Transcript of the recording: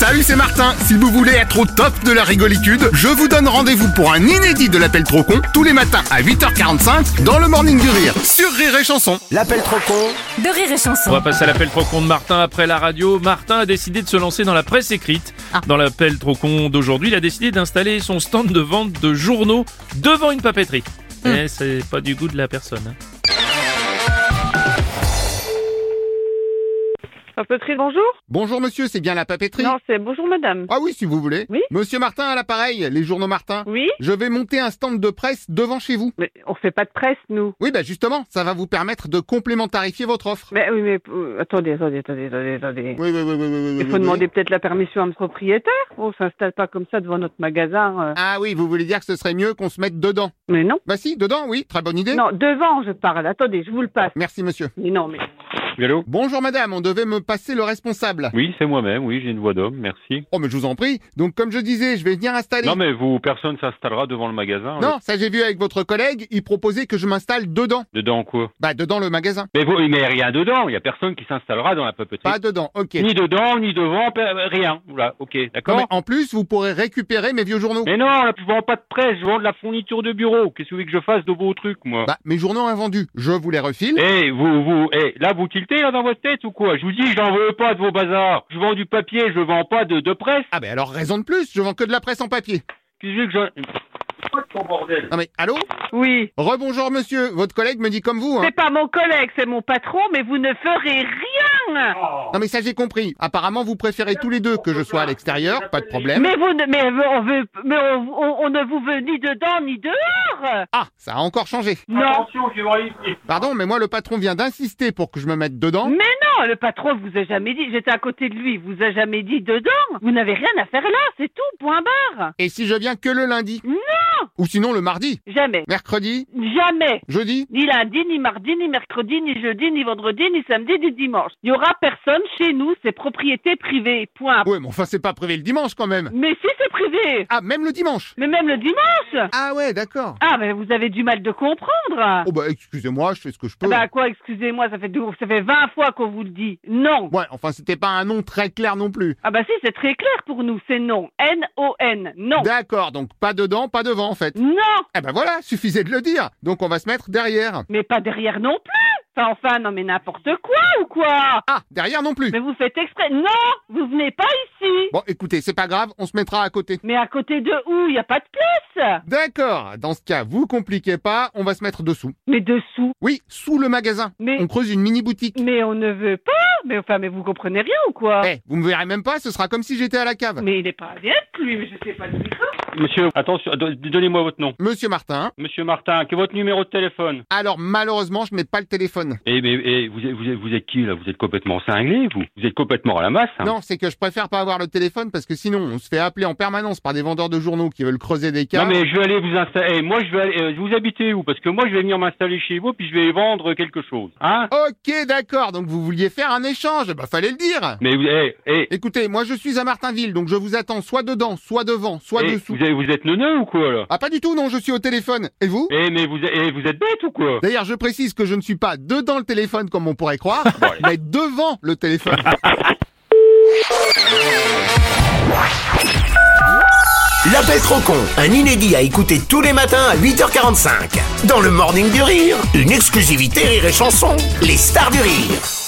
Salut, c'est Martin. Si vous voulez être au top de la rigolitude, je vous donne rendez-vous pour un inédit de l'appel trop con tous les matins à 8h45 dans le Morning du Rire sur Rire et Chanson. L'appel trop con de rire et chanson. On va passer à l'appel trop con de Martin après la radio. Martin a décidé de se lancer dans la presse écrite. Dans l'appel trop con d'aujourd'hui, il a décidé d'installer son stand de vente de journaux devant une papeterie. Mais c'est pas du goût de la personne. hein. Papeterie, bonjour Bonjour monsieur, c'est bien la papeterie Non, c'est bonjour madame. Ah oui, si vous voulez. Oui. Monsieur Martin à l'appareil, les journaux Martin. Oui Je vais monter un stand de presse devant chez vous. Mais on fait pas de presse, nous. Oui, bah justement, ça va vous permettre de complémentarifier votre offre. Mais oui, mais euh, attendez, attendez, attendez, attendez, attendez. Oui, oui, oui, oui, oui. Il faut demander peut-être la permission à un propriétaire. On s'installe pas comme ça devant notre magasin. euh. Ah oui, vous voulez dire que ce serait mieux qu'on se mette dedans Mais non. Bah si, dedans, oui, très bonne idée. Non, devant, je parle. Attendez, je vous le passe. Merci monsieur. Mais non, mais... Oui, allô Bonjour madame, on devait me passer le responsable. Oui, c'est moi-même, oui, j'ai une voix d'homme, merci. Oh, mais je vous en prie. Donc, comme je disais, je vais venir installer. Non, mais vous, personne s'installera devant le magasin. Non, euh, ça j'ai vu avec votre collègue, il proposait que je m'installe dedans. Dedans quoi Bah, dedans le magasin. Mais vous, il n'y a rien dedans, il n'y a personne qui s'installera dans la papeterie. Pas dedans, ok. Ni dedans, ni devant, pe- euh, rien. Voilà, ok, Non, d'accord mais mais... en plus, vous pourrez récupérer mes vieux journaux. non, là, je vends pas de presse, je vends de la fourniture de bureau. Qu'est-ce que vous voulez que je fasse de beaux trucs, moi Bah, mes journaux invendus, je vous les refile. Eh, vous, vous, eh, là, vous tiltez, là, dans votre tête ou quoi Je vous dis, j'en veux pas de vos bazars. Je vends du papier, je vends pas de, de presse. Ah, bah alors raison de plus, je vends que de la presse en papier. Qu'est-ce que vous voulez que j'en... Quoi de ton bordel Non mais, allô Oui. Rebonjour monsieur, votre collègue me dit comme vous, hein. C'est pas mon collègue, c'est mon patron, mais vous ne ferez rien Non mais ça j'ai compris. Apparemment, vous préférez tous les deux que je sois à l'extérieur, pas de problème. Mais vous ne... Mais on, veut... mais on, on- on ne vous veut ni dedans, ni dehors Ah, ça a encore changé. Non je vais ici. Pardon, mais moi le patron vient d'insister pour que je me mette dedans. Mais non, le patron vous a jamais dit, j'étais à côté de lui, il vous a jamais dit dedans. Vous n'avez rien à faire là, c'est tout, point barre. Et si je viens que le lundi Non Ou sinon le mardi Jamais, Mercredi jamais. Jeudi Ni lundi, ni mardi, ni mercredi, ni jeudi, ni vendredi, ni samedi, ni dimanche. Il y aura personne chez nous, c'est propriété privée, point. Ouais, mais enfin, c'est pas privé le dimanche quand même. Mais si c'est privé, Ah, même le dimanche mais même le dimanche. Ah ouais, d'accord. Ah, mais vous avez du mal de comprendre. Oh bah, excusez-moi, je fais ce que je peux. Bah quoi, excusez-moi, ça fait deux, ça fait 20 fois qu'on vous le dit. Non. Ouais, enfin, c'était pas un nom très clair non plus. Ah bah si, c'est très clair pour nous, c'est non. N-O-N, non. D'accord, donc pas dedans, pas devant en fait. Non Eh ben voilà, suffisait de le dire. Donc on va se mettre derrière. Mais pas derrière non plus Enfin, enfin, non mais n'importe quoi ou quoi Ah, derrière non plus. Mais vous faites exprès Non Vous venez pas ici Bon, écoutez, c'est pas grave, on se mettra à côté. Mais à côté de où Il n'y a pas de place D'accord, dans ce cas, vous compliquez pas, on va se mettre dessous. Mais dessous Oui, sous le magasin. Mais- On creuse une mini boutique. Mais on ne veut pas Mais enfin, mais vous comprenez rien ou quoi Eh, vous me verrez même pas, ce sera comme si j'étais à la cave. Mais il est pas bien, lui, mais je sais pas du tout. Monsieur, attention, don- donnez-moi votre nom. Monsieur Martin, Monsieur Martin, quel est votre numéro de téléphone alors malheureusement, je mets pas le téléphone. Eh, mais eh, vous, êtes- vous, êtes- vous êtes qui là Vous êtes complètement cinglé, vous Vous êtes complètement à la masse hein Non, c'est que je préfère pas avoir le téléphone parce que sinon on se fait appeler en permanence par des vendeurs de journaux qui veulent creuser des Non, cas. mais je vais aller vous installer. eh, moi, je vais aller, euh, vous habitez où Parce que moi, je vais venir m'installer chez vous, puis je vais vendre quelque chose. Hein Oh. Ok, d'accord, donc vous vouliez faire un échange, bah fallait le dire. Mais vous, eh, eh, Écoutez, moi je suis à Martinville, donc je vous attends soit dedans, soit devant, soit eh, dessous. vous, êtes- vous êtes neuneux ou quoi là Ah pas du tout, non, je suis au téléphone. Et vous Eh, mais vous, êtes- eh, vous êtes bête ou quoi D'ailleurs, je précise que je ne suis pas dedans le téléphone comme on pourrait croire, Ah, mais devant le téléphone. L'appel trop con, un inédit à écouter tous les matins à 8h45. Dans le Morning du Rire, une exclusivité Rire et Chanson, les stars du rire.